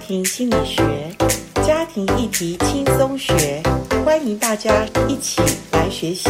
庭心理学，家庭议题轻松学，欢迎大家一起来学习。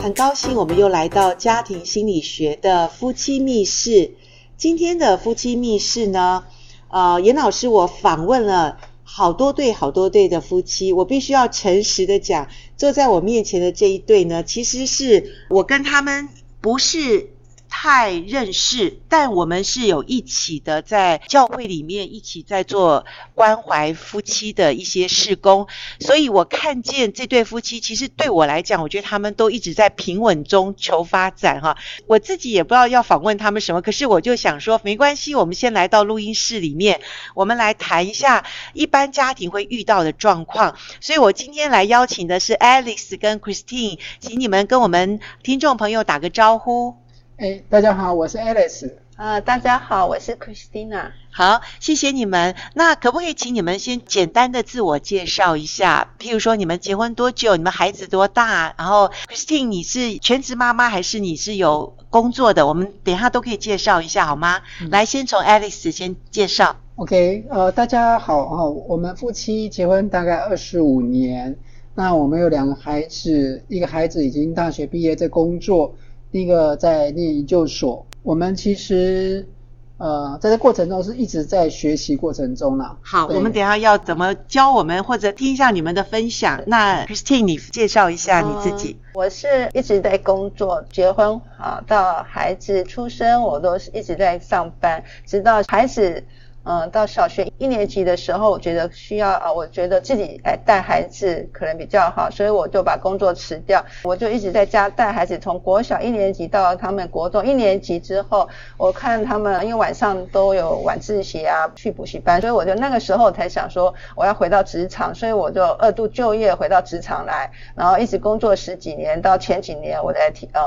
很高兴我们又来到家庭心理学的夫妻密室。今天的夫妻密室呢，呃，严老师我访问了。好多对好多对的夫妻，我必须要诚实的讲，坐在我面前的这一对呢，其实是我跟他们不是太认识，但我们是有一起的在教会里面一起在做关怀夫妻的一些事工，所以我看见这对夫妻，其实对我来讲，我觉得他们都一直在平稳中求发展哈。我自己也不知道要访问他们什么，可是我就想说，没关系，我们先来到录音室里面，我们来谈一下一般家庭会遇到的状况。所以我今天来邀请的是 Alex 跟 Christine，请你们跟我们听众朋友打个招呼。哎，大家好，我是 Alice。呃，大家好，我是 Christina。好，谢谢你们。那可不可以请你们先简单的自我介绍一下？譬如说你们结婚多久，你们孩子多大？然后 Christine，你是全职妈妈还是你是有工作的？我们等一下都可以介绍一下好吗？来，先从 Alex 先介绍。 OK，呃，大家好哈、哦，我们夫妻结婚大概二十五年，那我们有两个孩子，一个孩子已经大学毕业在工作，另一个在念研究所。我们其实呃在这过程中是一直在学习过程中啦。好，对我们等一下要怎么教我们，或者听一下你们的分享。那 Christine，你介绍一下你自己。我是一直在工作，结婚啊到孩子出生，我都是一直在上班，直到孩子嗯、呃到小学一年级的时候，我觉得需要啊、呃我觉得自己来带孩子可能比较好，所以我就把工作辞掉，我就一直在家哎带孩子，从国小一年级到他们国中一年级之后，我看他们因为晚上都有晚自习啊，去补习班，所以我就那个时候才想说我要回到职场，所以我就二度就业回到职场来，然后一直工作十几年，到前几年我才提呃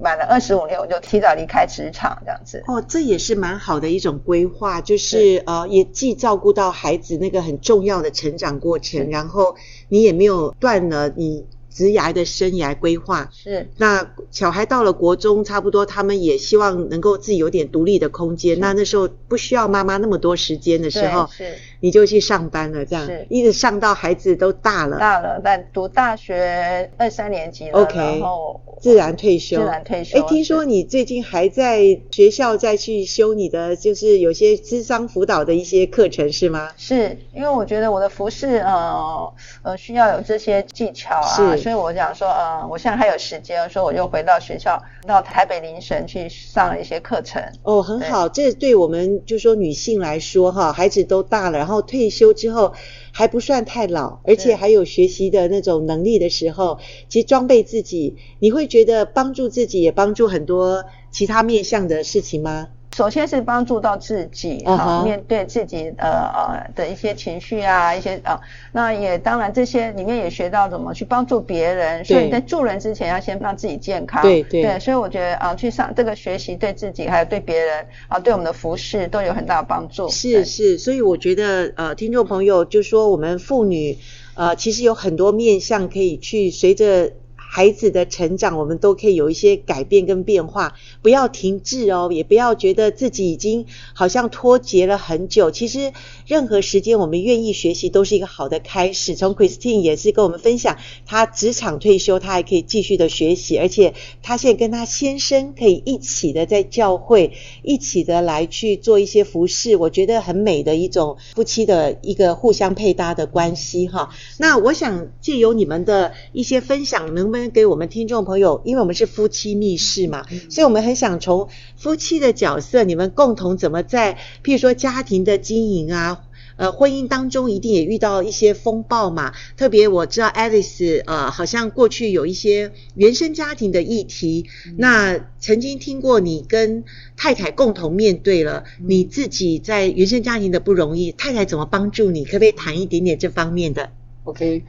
满了二十五年，我就提早离开职场这样子。哦，这也是蛮好的一种规划，就是呃，也既照顾到孩子那个很重要的成长过程，然后你也没有断了你职涯的生涯规划。是那小孩到了国中，差不多他们也希望能够自己有点独立的空间。那那时候不需要妈妈那么多时间的时对候，是你就去上班了，这样是一直上到孩子都大了，大了，但读大学二三年级了 OK 然后我自然退休。自然退休哎，了。听说是你最近还在学校再去修你的，就是有些智商辅导的一些课程是吗？是因为我觉得我的服饰呃呃需要有这些技巧啊，是所以我想说，呃，我现在还有时间，所以我就回到学校，到台北林神去上了一些课程。哦，很好，这对我们就说女性来说哈，孩子都大了，然后退休之后还不算太老，而且还有学习的那种能力的时候，其实装备自己，你会觉得帮助自己，也帮助很多其他面向的事情吗？首先是帮助到自己嗯哈、哼面对自己呃呃的一些情绪啊，一些啊、呃那也当然这些里面也学到怎么去帮助别人，所以对你在助人之前要先让自己健康。对对所以我觉得啊、去上这个学习对自己还有对别人啊、对我们的服饰都有很大的帮助。是对是，所以我觉得呃，听众朋友就说我们妇女呃，其实有很多面向可以去随着。孩子的成长，我们都可以有一些改变跟变化，不要停滞哦，也不要觉得自己已经好像脱节了很久。其实任何时间我们愿意学习，都是一个好的开始。从 Christine 也是跟我们分享，她职场退休，她还可以继续的学习，而且她现在跟她先生可以一起的在教会一起的来去做一些服饰，我觉得很美的一种夫妻的一个互相配搭的关系哈。那我想借由你们的一些分享，能不能给我们听众朋友，因为我们是夫妻密室嘛，所以我们很想从夫妻的角色，你们共同怎么在，譬如说家庭的经营啊。呃，婚姻当中一定也遇到一些风暴嘛，特别我知道 Alice 呃，好像过去有一些原生家庭的议题，那曾经听过你跟太太共同面对了你自己在原生家庭的不容易，太太怎么帮助你？可不可以谈一点点这方面的？ OK，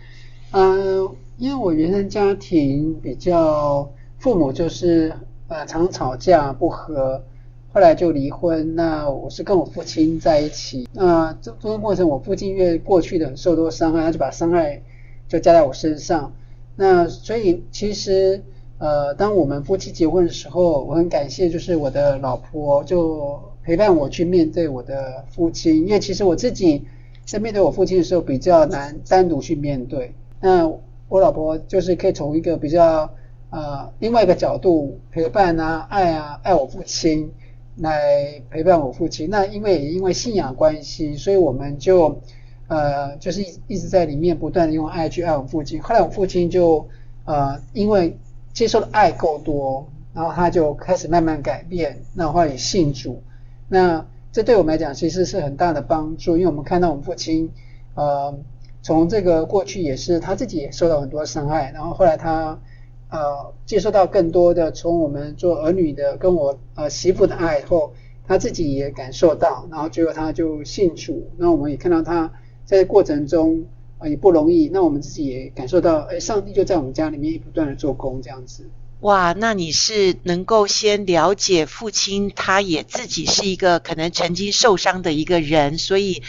呃，因为我原生家庭比较父母就是呃常吵架不和，后来就离婚。那我是跟我父亲在一起，那、这中间过程我父亲因为过去的受多伤害，他就把伤害就加在我身上。那所以其实呃，当我们夫妻结婚的时候，我很感谢，就是我的老婆就陪伴我去面对我的父亲，因为其实我自己在面对我父亲的时候比较难单独去面对。那我老婆就是可以从一个比较呃另外一个角度陪伴啊、爱啊、爱我父亲来陪伴我父亲。那因为也因为信仰关系，所以我们就呃就是一一直在里面不断的用爱去爱我父亲。后来我父亲就呃因为接受的爱够多，然后他就开始慢慢改变，那后来也信主。那这对我们来讲其实是很大的帮助，因为我们看到我们父亲，呃，从这个过去也是他自己也受到很多伤害，然后后来他呃接受到更多的从我们做儿女的跟我呃媳妇的爱后，他自己也感受到，然后最后他就信主。那我们也看到他在这过程中。呃也不容易。那我们自己也感受到，哎，上帝就在我们家里面不断的做工这样子。哇，那你是能够先了解父亲，他也自己是一个可能曾经受伤的一个人，所以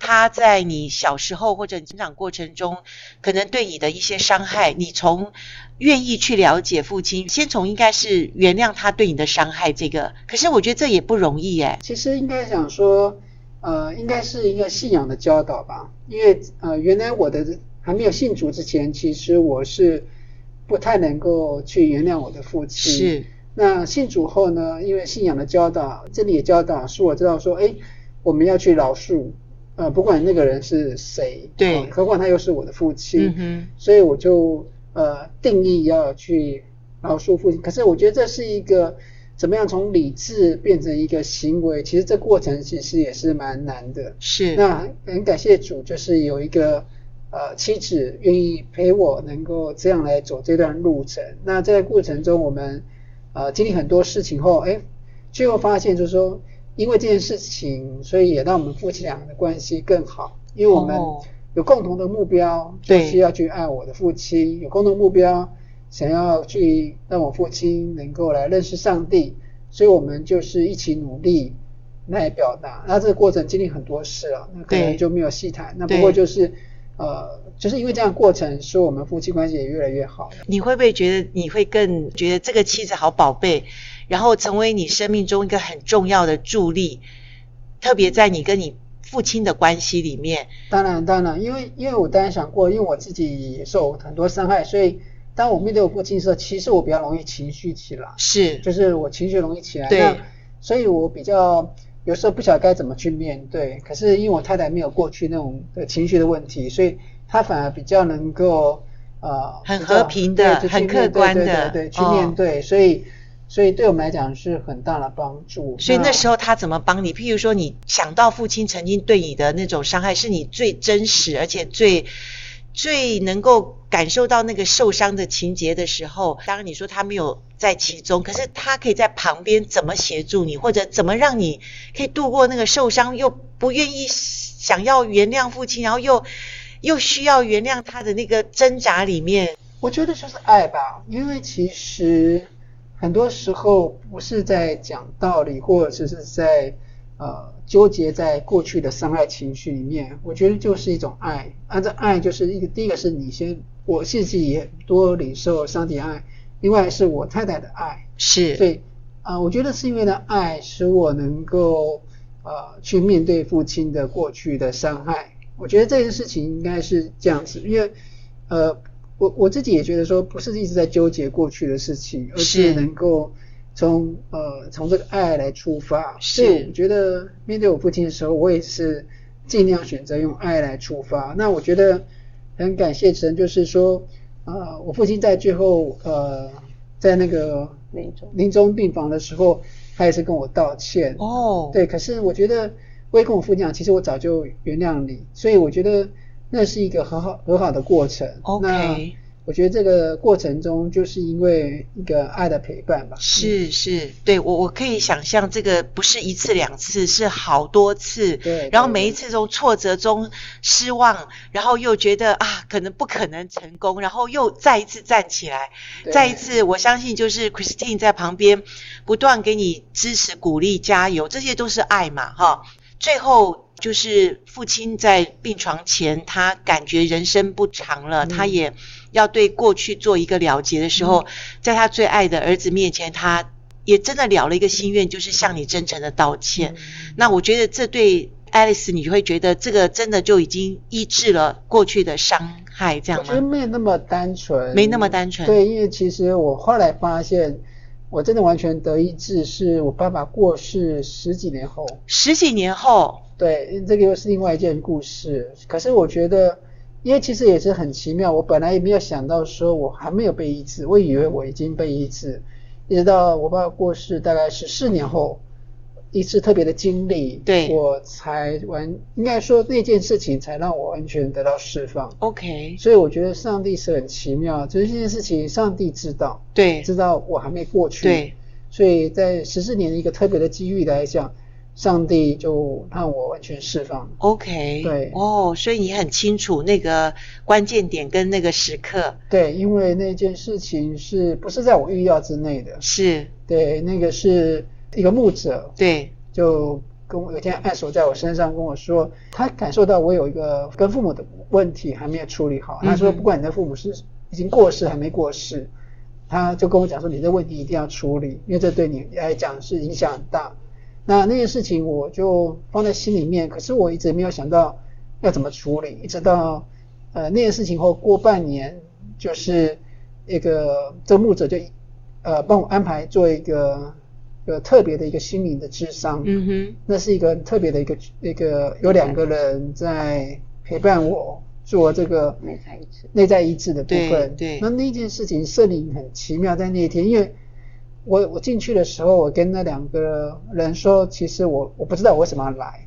他在你小时候或者成长过程中，可能对你的一些伤害，你从愿意去了解父亲，先从应该是原谅他对你的伤害这个，可是我觉得这也不容易哎。其实应该想说，呃，应该是一个信仰的教导吧，因为呃，原来我的还没有信主之前，其实我是不太能够去原谅我的父亲。是，那信主后呢，因为信仰的教导，这里也教导，是我知道说，哎，我们要去饶恕，呃，不管那个人是谁，对呃何况他又是我的父亲，嗯所以我就呃定义要去饶恕父亲。可是我觉得这是一个怎么样从理智变成一个行为，其实这过程其实也是蛮难的哼，。是。那很感谢主，就是有一个呃妻子愿意陪我，能够这样来走这段路程。那在过程中，我们呃经历很多事情后，哎，最后发现就是说，因为这件事情，所以也让我们夫妻俩的关系更好，因为我们哦有共同的目标，就对是要去爱我的父亲，有共同目标，想要去让我父亲能够来认识上帝，所以我们就是一起努力来表达。那这个过程经历很多事了，那可对能就没有细谈。那对不过就是呃，就是因为这样的过程，所以我们夫妻关系也越来越好。你会不会觉得你会更觉得这个妻子好宝贝，然后成为你生命中一个很重要的助力，特别在你跟你父亲的关系里面，当然，当然，因为因为我当然想过，因为我自己也受很多伤害，所以当我面对我父亲的时候，其实我比较容易情绪起来。是就是我情绪容易起来，对那所以我比较有时候不晓得该怎么去面对。可是因为我太太没有过去那种的情绪的问题，所以她反而比较能够呃很比较和平的对就去很面客观的对对对对去哦面对，所以所以对我们来讲是很大的帮助。所以那时候候他怎么帮你？譬如说，你想到父亲曾经对你的那种伤害，是你最真实而且最最能够感受到那个受伤的情节的时候，当然你说他没有在其中，可是他可以在旁边怎么协助你，或者怎么让你可以度过那个受伤，又不愿意想要原谅父亲，然后又又需要原谅他的那个挣扎里面，我觉得就是爱吧，因为其实很多时候不是在讲道理，或者是在呃纠结在过去的伤害情绪里面。我觉得就是一种爱，啊，这爱就是一个第一个是你先，我自己也多领受上帝爱，另外是我太太的爱，是对，啊、我觉得是因为呢，爱使我能够呃去面对父亲的过去的伤害。我觉得这件事情应该是这样子，因为呃，我我自己也觉得说，不是一直在纠结过去的事情，而是是能够从呃从这个爱来出发。所以是我觉得面对我父亲的时候，我也是尽量选择用爱来出发。那我觉得很感谢神，就是说，呃，我父亲在最后呃在那个那种。临终病房的时候，他也是跟我道歉。哦，对，可是我觉得我也跟我父亲讲，其实我早就原谅你，所以我觉得那是一个很好很好的过程。 OK 那我觉得这个过程中，就是因为一个爱的陪伴吧。是是，对我我可以想象，这个不是一次两次，是好多次。对然后对每一对次从挫折中失望，然后又觉得啊，可能不可能成功，然后又再一次站起来，对再一次，我相信就是 Christine 在旁边不断给你支持、鼓励、加油，这些都是爱嘛，哈。最后就是父亲在病床前，他感觉人生不长了，嗯他也要对过去做一个了结的时候，在他最爱的儿子面前，他也真的了了一个心愿，就是向你真诚的道歉。那我觉得这对爱丽丝，你会觉得这个真的就已经医治了过去的伤害，这我样觉得吗？没那么单纯，没那么单纯对，因为其实我后来发现，我真的完全得医治是我爸爸过世十几年后。十几年后，对，这个又是另外一件故事。可是我觉得，因为其实也是很奇妙，我本来也没有想到说我还没有被医治，我以为我已经被医治，一直到我爸爸过世大概十四年后，一次特别的经历，对我才完，应该说那件事情才让我完全得到释放。 OK，所以我觉得上帝是很奇妙，就是这件事情上帝知道，对知道我还没过去，对，所以在十四年的一个特别的机遇来讲，上帝就让我完全释放。 ，OK，对哦，所以你很清楚那个关键点跟那个时刻对，因为那件事情是不是在我预料之内的？是，对，那个是一个牧者对，就跟我有一天按手在我身上跟我说，他感受到我有一个跟父母的问题还没有处理好。他说，嗯哼不管你的父母是已经过世还没过世，他就跟我讲说，你这问题一定要处理，因为这对你来讲是影响很大。那那件事情我就放在心里面，可是我一直没有想到要怎么处理，一直到呃那件事情后过半年，就是一个这个牧者就呃帮我安排做一个一个特别的一个心灵的智商，嗯哼，那是一个很特别的一个一个有两个人在陪伴我做这个内在医治内在医治的部分。对对那那件事情圣灵很奇妙，在那一天，因为我我进去的时候，我跟那两个人说，其实我我不知道我为什么要来，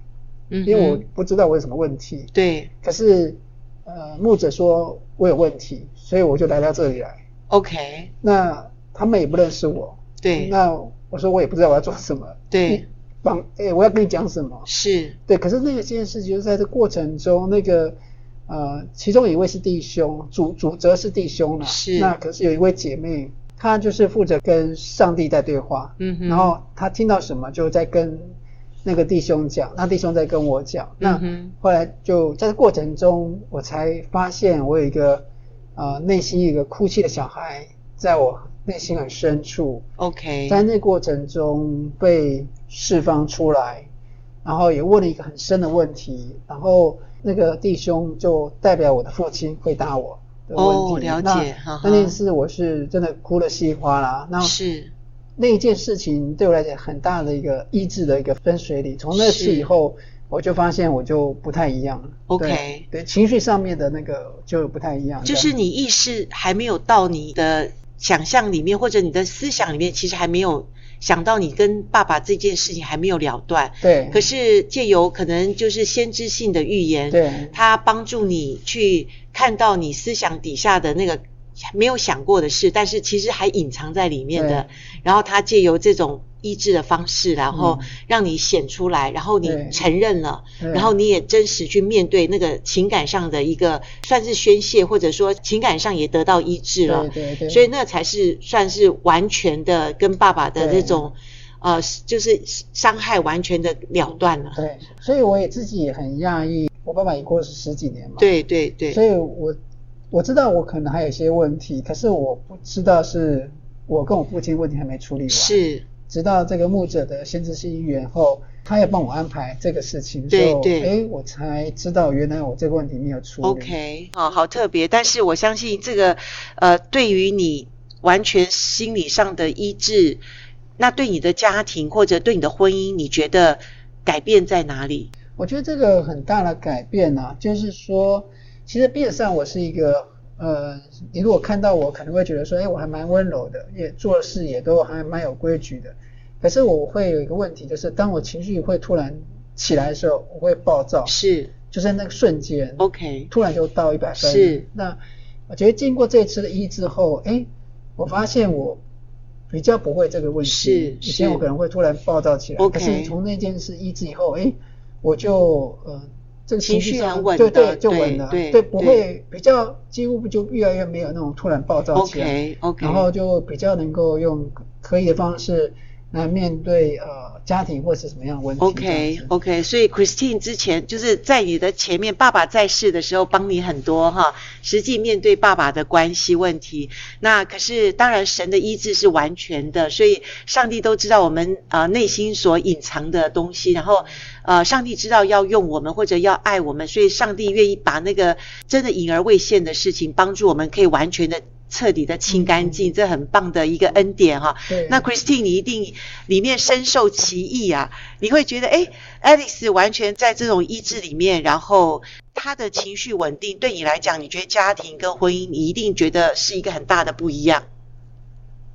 嗯哼，因为我不知道我有什么问题。对可是呃，牧者说我有问题，所以我就来到这里来。 ，OK，那他们也不认识我，对那我说我也不知道我要做什么，对，帮哎、我要跟你讲什么？是，对，可是那个件事就是在这过程中，那个呃，其中一位是弟兄，主主责是弟兄啦，是那可是有一位姐妹，她就是负责跟上帝在对话，嗯哼，然后她听到什么就在跟那个弟兄讲，那弟兄在跟我讲，那嗯哼后来就在这过程中，我才发现我有一个呃内心有一个哭泣的小孩，在我内心很深处， ，OK，在那过程中被释放出来，然后也问了一个很深的问题，然后那个弟兄就代表我的父亲回答我的问题。哦了解那哈哈那件事我是真的哭得稀里哗啦。那是，那一件事情对我来讲很大的一个意志的一个分水岭。从那次是以后，我就发现我就不太一样了。 OK 对对，情绪上面的那个就不太一样。就这是样你意识还没有到你的想象里面，或者你的思想里面，其实还没有想到你跟爸爸这件事情还没有了断。对，可是借由可能就是先知性的预言，对它帮助你去看到你思想底下的那个没有想过的事，但是其实还隐藏在里面的对。然后它借由这种医治的方式，然后嗯让你显出来，然后你对承认了，对然后你也真实去面对那个情感上的一个算是宣泄，或者说情感上也得到医治了。对对对所以那才是算是完全的跟爸爸的对这种。呃，就是伤害完全的了断了。对，所以我也自己也很讶异，我爸爸也过世十几年嘛，，对对对，所以我我知道我可能还有一些问题，可是我不知道是我跟我父亲问题还没处理完，，是直到这个牧者的先知性预言后，他也帮我安排这个事情，对所以对哎，我才知道原来我这个问题没有处理 OK 啊、好特别。但是我相信这个，呃，对于你完全心理上的医治，那对你的家庭或者对你的婚姻，你觉得改变在哪里？我觉得这个很大的改变呢、啊就是说，其实变上我是一个，呃，你如果看到我，可能会觉得说，哎，我还蛮温柔的，也做事也都还蛮有规矩的。可是我会有一个问题，就是当我情绪会突然起来的时候，我会暴躁，是哦就是那个瞬间 OK，突然就到一百分。是，那我觉得经过这次的医治后，哎，我发现我比较不会这个问题。是以前我是可能会突然暴躁起来， OK 可是从那件事医治以后，哎，我就呃。这个情绪绪上很稳对的对，就对稳了，对不对会比较几乎就越来越没有那种突然暴躁起来 OK，OK 然后就比较能够用可以的方式那面对呃家庭或是什么样的问题这样 OK 哦子 OK，所以 Christine 之前就是在你的前面，爸爸在世的时候帮你很多哈，实际面对爸爸的关系问题。那可是当然，神的医治是完全的，所以上帝都知道我们呃内心所隐藏的东西，然后呃上帝知道要用我们或者要爱我们，所以上帝愿意把那个真的隐而未现的事情帮助我们，可以完全的。彻底的清干净，这很棒的一个恩典哈、对那 Christine，你一定里面深受其益啊！你会觉得，哎，Alex 完全在这种医治里面，然后他的情绪稳定，对你来讲，你觉得家庭跟婚姻，你一定觉得是一个很大的不一样。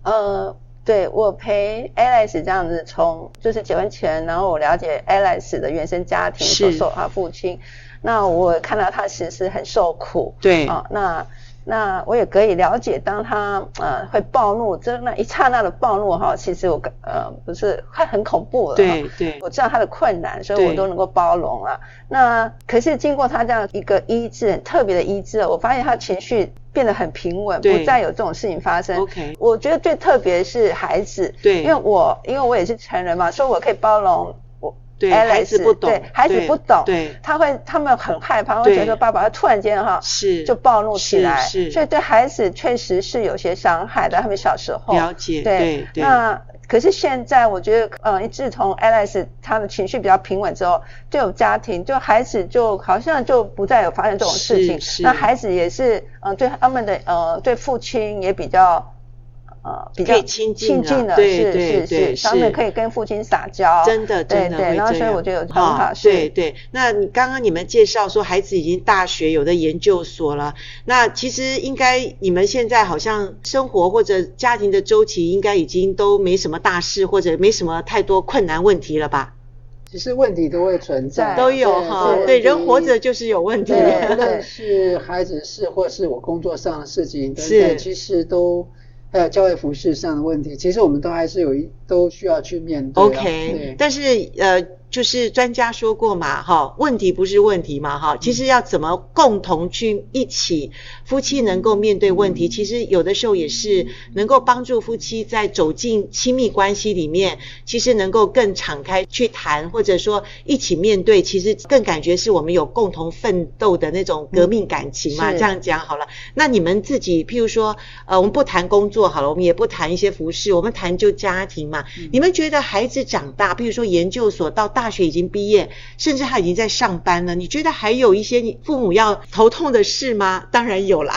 呃，对我陪 Alice 这样子从就是结婚前，然后我了解 Alice 的原生家庭所是受啊父亲，那我看到他其实是很受苦，对，啊，那那我也可以了解，当他呃会暴怒，这那一刹那的暴怒哈，其实我跟呃不是快很恐怖了，对，对，我知道他的困难，所以我对都能够包容啊。那可是经过他这样一个医治，很特别的医治，我发现他情绪变得很平稳，对不再有这种事情发生。 OK，我觉得最特别是孩子，对，因为我因为我也是成人嘛，所以我可以包容我对 Alex，孩子不懂，对孩子对不懂对，他会他们很害怕，会觉对得爸爸会突然间哈是就暴怒起来，是是所以对孩子确实是有些伤害的。他们小时候，了解，对对，那可是现在我觉得，嗯，自从 Alice 她的情绪比较平稳之后，对我家庭，就孩子就好像就不再有发生这种事情。是是那孩子也是，嗯，对他们的，呃，对父亲也比较。呃，比较可以亲近了了，对对是是对是，是他们可以跟父亲撒娇，真的哦对真的对，会然后这所以样我觉得有很啊好，是对对。那你刚刚你们介绍说孩子已经大学有的研究所了，那其实应该你们现在好像生活或者家庭的周期应该已经都没什么大事或者没什么太多困难问题了吧？其实问题都会存在，对都有哈，对对，问人题活着就是有问题。对，对无论是孩子事或是我工作上的事情等是等，其实都还有教会服饰上的问题，其实我们都还是有一都需要去面对啊。 OK，对但是呃，就是专家说过嘛，哈，问题不是问题嘛，哈，嗯其实要怎么共同去一起，夫妻能够面对问题，嗯其实有的时候也是能够帮助夫妻在走进亲密关系里面，其实能够更敞开去谈，或者说一起面对，其实更感觉是我们有共同奋斗的那种革命感情嘛，嗯是这样讲好了。那你们自己，譬如说，呃，我们不谈工作好了，我们也不谈一些服饰，我们谈就家庭嘛。嗯你们觉得孩子长大，譬如说研究所到大学已经毕业，甚至他已经在上班了，你觉得还有一些你父母要头痛的事吗？ 当然有啦。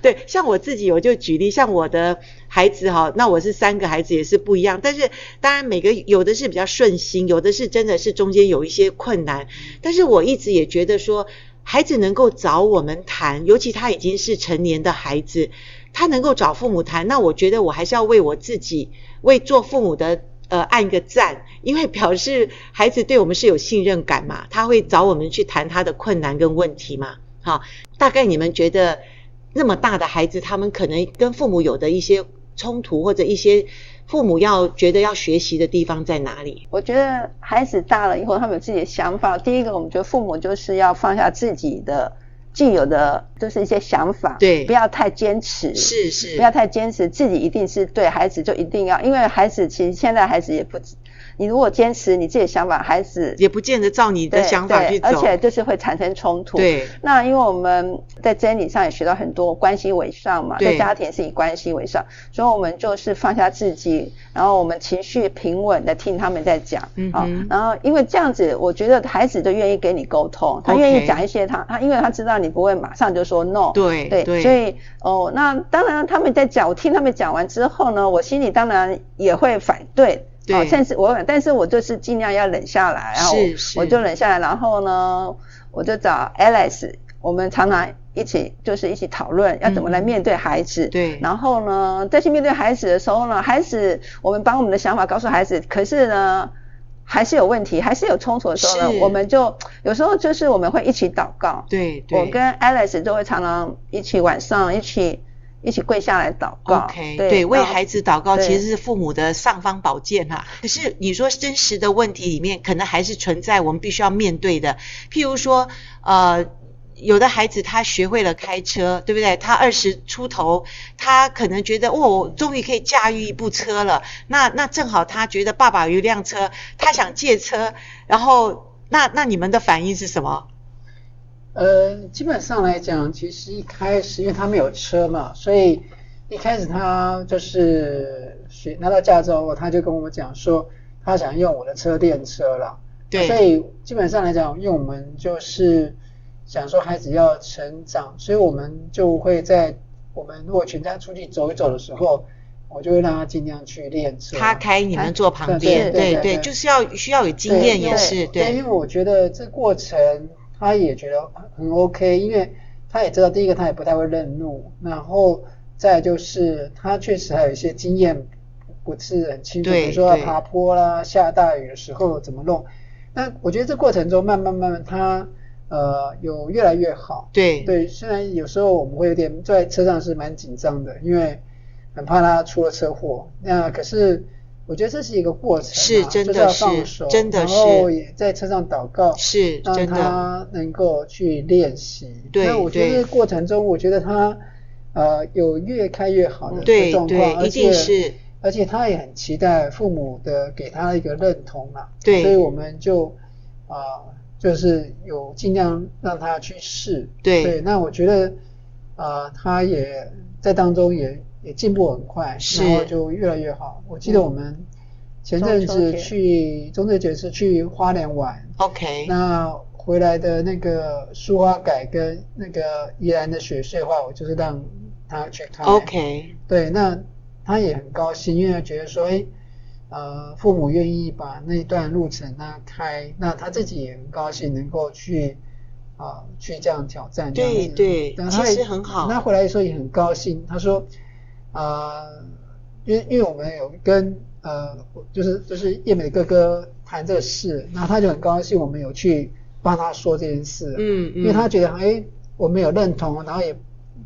对，像我自己，我就举例，像我的孩子哈，那我是三个孩子也是不一样，但是当然每个有的是比较顺心，有的是真的是中间有一些困难，但是我一直也觉得说，孩子能够找我们谈，尤其他已经是成年的孩子，他能够找父母谈，那我觉得我还是要为我自己，为做父母的。呃，按一个赞，因为表示孩子对我们是有信任感嘛，他会找我们去谈他的困难跟问题嘛。好，大概你们觉得那么大的孩子，他们可能跟父母有的一些冲突，或者一些父母要觉得要学习的地方在哪里？我觉得孩子大了以后，他们有自己的想法。第一个，我们觉得父母就是要放下自己的既有的，就是一些想法，对不要太坚持，是是，不要太坚持自己一定是对，孩子就一定要，因为孩子其实现在孩子也不，你如果坚持你自己的想法，孩子也不见得照你的对想法对去走，而且就是会产生冲突，。对那因为我们在真理上也学到很多关系为上嘛，对在家庭是以关系为上，所以我们就是放下自己，然后我们情绪平稳的听他们在讲，嗯啊哼，然后因为这样子，我觉得孩子就愿意跟你沟通，他愿 OK 意讲一些他他，因为他知道你不会马上就说 no，对所以哦，那当然他们在讲，我听他们讲完之后呢，我心里当然也会反对。对哦甚至我，但是我就是尽量要忍下来，然后是是我就忍下来，然后呢，我就找 Alice，我们常常一起就是一起讨论要怎么来面对孩子。对然后呢，再去面对孩子的时候呢，孩子我们把我们的想法告诉孩子，可是呢。还是有问题，还是有冲突的时候是呢，我们就有时候就是我们会一起祷告，对对，我跟 Alice 都会常常一起晚上一起一起跪下来祷告。 OK，对，对，为然后孩子祷告对其实是父母的尚方宝剑哈、可是你说真实的问题里面，可能还是存在我们必须要面对的，譬如说，呃，有的孩子他学会了开车，对不对？他二十出头，他可能觉得哦，我终于可以驾驭一部车了。那那正好他觉得爸爸有一辆车，他想借车，然后那那你们的反应是什么？呃，基本上来讲，其实一开始因为他没有车嘛，所以一开始他就是学拿到驾照后，他就跟我讲说他想用我的车练车了。对所以基本上来讲，因为我们就是想说孩子要成长，所以我们就会在我们如果全家出去走一走的时候，我就会让他尽量去练车。他开，你们坐旁边，对对对对对，就是要需要有经对验，因也为是对，对因为我觉得这过程他也觉得很 OK，因为他也知道第一个他也不太会认路，然后再就是他确实还有一些经验不是很清楚，对比如说对要爬坡啦、下大雨的时候怎么弄。那我觉得这过程中慢慢慢慢他呃有越来越好。对对，虽然有时候我们会有点在车上是蛮紧张的，因为很怕他出了车祸。那可是我觉得这是一个过程、啊，嗯是真的就是要是放手，真的然后是也在车上祷告，是让真的，他能够去练习。对那我觉对得这个过程中，我觉得他呃有越开越好的对状况，对，而一定且是而且他也很期待父母的给他一个认同嘛，对所以我们就啊、就是有尽量让他去试，对那我觉得啊、他也在当中也也进步很快，是然后就越来越好。我记得我们前阵中秋子节去中秋节是去花莲玩， OK，那回来的那个苏花改跟那个宜兰的雪穗花，我就是让他去看 OK，对，那他也很高兴，因为觉得说，哎，呃，父母愿意把那一段路程呢开，那他自己也很高兴能够去啊、去这样挑战这样对子。对然后其他也实很好他回来的时候也很高兴，他说，啊、因为因为我们有跟呃，就是就是叶美哥哥谈这个事，然后他就很高兴，我们有去帮他说这件事。嗯嗯，因为他觉得哎，我们有认同，然后也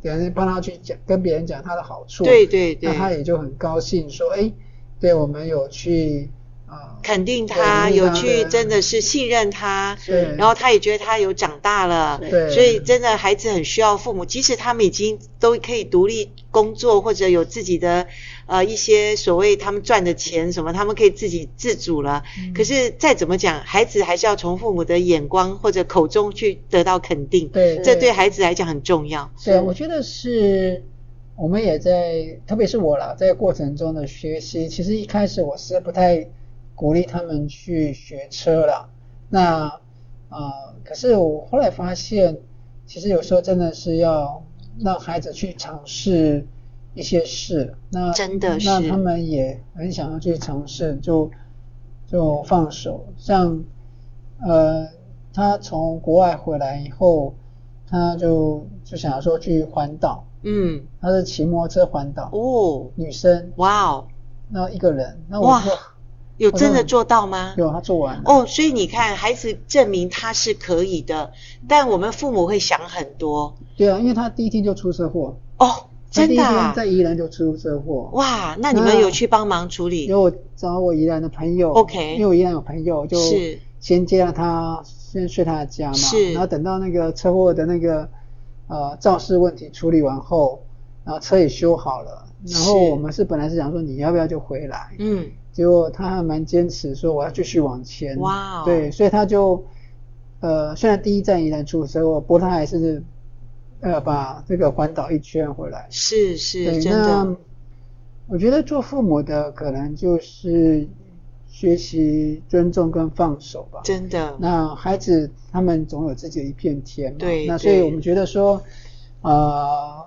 别人帮他去讲，跟别人讲他的好处，对对对那他也就很高兴说，哎，对我们有去啊，肯定他对有肯定他去，的真的是信任他，对然后他也觉得他有长大了，对所以真的孩子很需要父母，即使他们已经都可以独立工作或者有自己的呃一些所谓他们赚的钱什么，他们可以自己自主了。可是再怎么讲，孩子还是要从父母的眼光或者口中去得到肯定，对，这对孩子来讲很重要。对，我觉得是，我们也在，特别是我啦，在过程中的学习，其实一开始我是不太鼓励他们去学车啦。那啊、呃可是我后来发现，其实有时候真的是要让孩子去尝试一些事，那真的那是他们也很想要去尝试，就就放手，像呃，他从国外回来以后，他就就想说去环岛，嗯，他是骑摩托车环岛，哦，女生，哇哦，然后一个人，那我哇就，有真的做到吗？有他做完了，哦，所以你看，孩子证明他是可以的，但我们父母会想很多对啊，因为他第一天就出车祸，哦，他第真一的、天啊、在宜兰就出车祸，哇，那你们那有去帮忙处理？有我找我宜兰的朋友 OK 因为我宜兰有朋友，就是先接到他，先睡他的家嘛，是然后等到那个车祸的那个呃肇事问题处理完后，然后车也修好了，然后是我们是本来是想说你要不要就回来，嗯，结果他还蛮坚持说我要继续往前，哇哦对，所以他就呃虽然第一站宜兰出车祸，不过他还是呃把这个环岛一圈回来，是是对，真的那，我觉得做父母的可能就是学习尊重跟放手吧。真的，那孩子他们总有自己的一片天嘛。对那所以对我们觉得说，呃，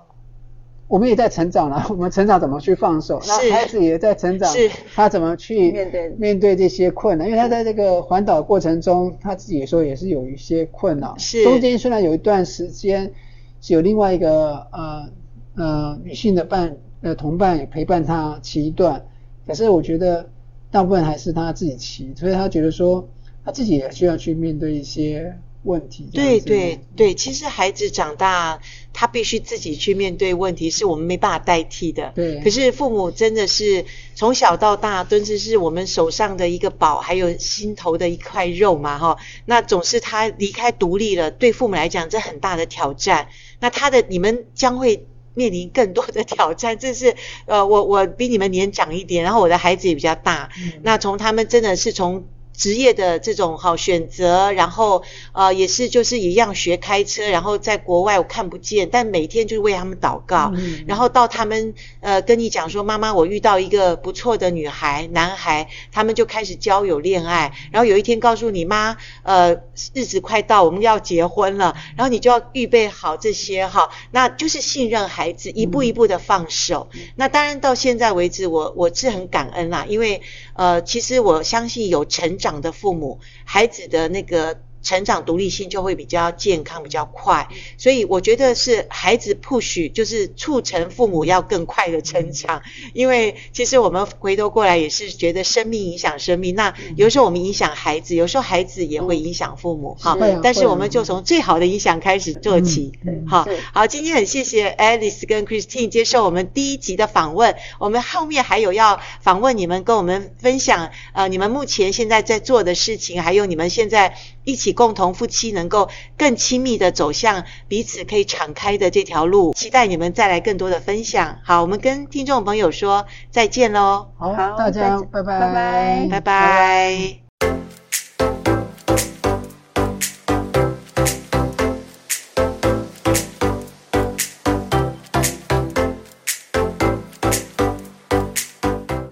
我们也在成长 了，我们成长怎么去放手？是那孩子也在成长是，他怎么去面对面对这些困难？因为他在这个环岛过程中，他自己也说也是有一些困扰。是中间虽然有一段时间是有另外一个呃呃女性的伴呃同伴也陪伴他骑一段，可是我觉得大部分还是他自己骑，所以他觉得说他自己也需要去面对一些问题。这样对子对对，其实孩子长大，他必须自己去面对问题，是我们没办法代替的。对可是父母真的是从小到大，真是是我们手上的一个宝，还有心头的一块肉嘛，哈。那总是他离开独立了，对父母来讲，这很大的挑战。那他的你们将会。面临更多的挑战，这是呃，我我比你们年长一点，然后我的孩子也比较大，嗯那从他们真的是从职业的这种好选择，然后呃也是就是一样学开车，然后在国外我看不见，但每天就为他们祷告，嗯然后到他们呃跟你讲说妈妈我遇到一个不错的女孩男孩，他们就开始交友恋爱，然后有一天告诉你妈呃日子快到我们要结婚了，然后你就要预备好这些哈，那就是信任孩子一步一步的放手，那当然到现在为止，我我是很感恩啦，因为呃，其实我相信有成长的父母，孩子的那个成长独立性就会比较健康、比较快，所以我觉得是孩子 push 就是促成父母要更快的成长，因为其实我们回头过来也是觉得生命影响生命，那有时候我们影响孩子，有时候孩子也会影响父母哈会啊，但会是啊我们就从最好的影响开始做起。嗯嗯好是好，今天很谢谢 Alice 跟 Christine 接受我们第一集的访问，我们后面还有要访问你们，跟我们分享呃你们目前现在在做的事情，还有你们现在一起共同夫妻能够更亲密的走向彼此可以敞开的这条路，期待你们再来更多的分享。好，我们跟听众朋友说再见喽，好，好大家再见拜拜拜拜拜。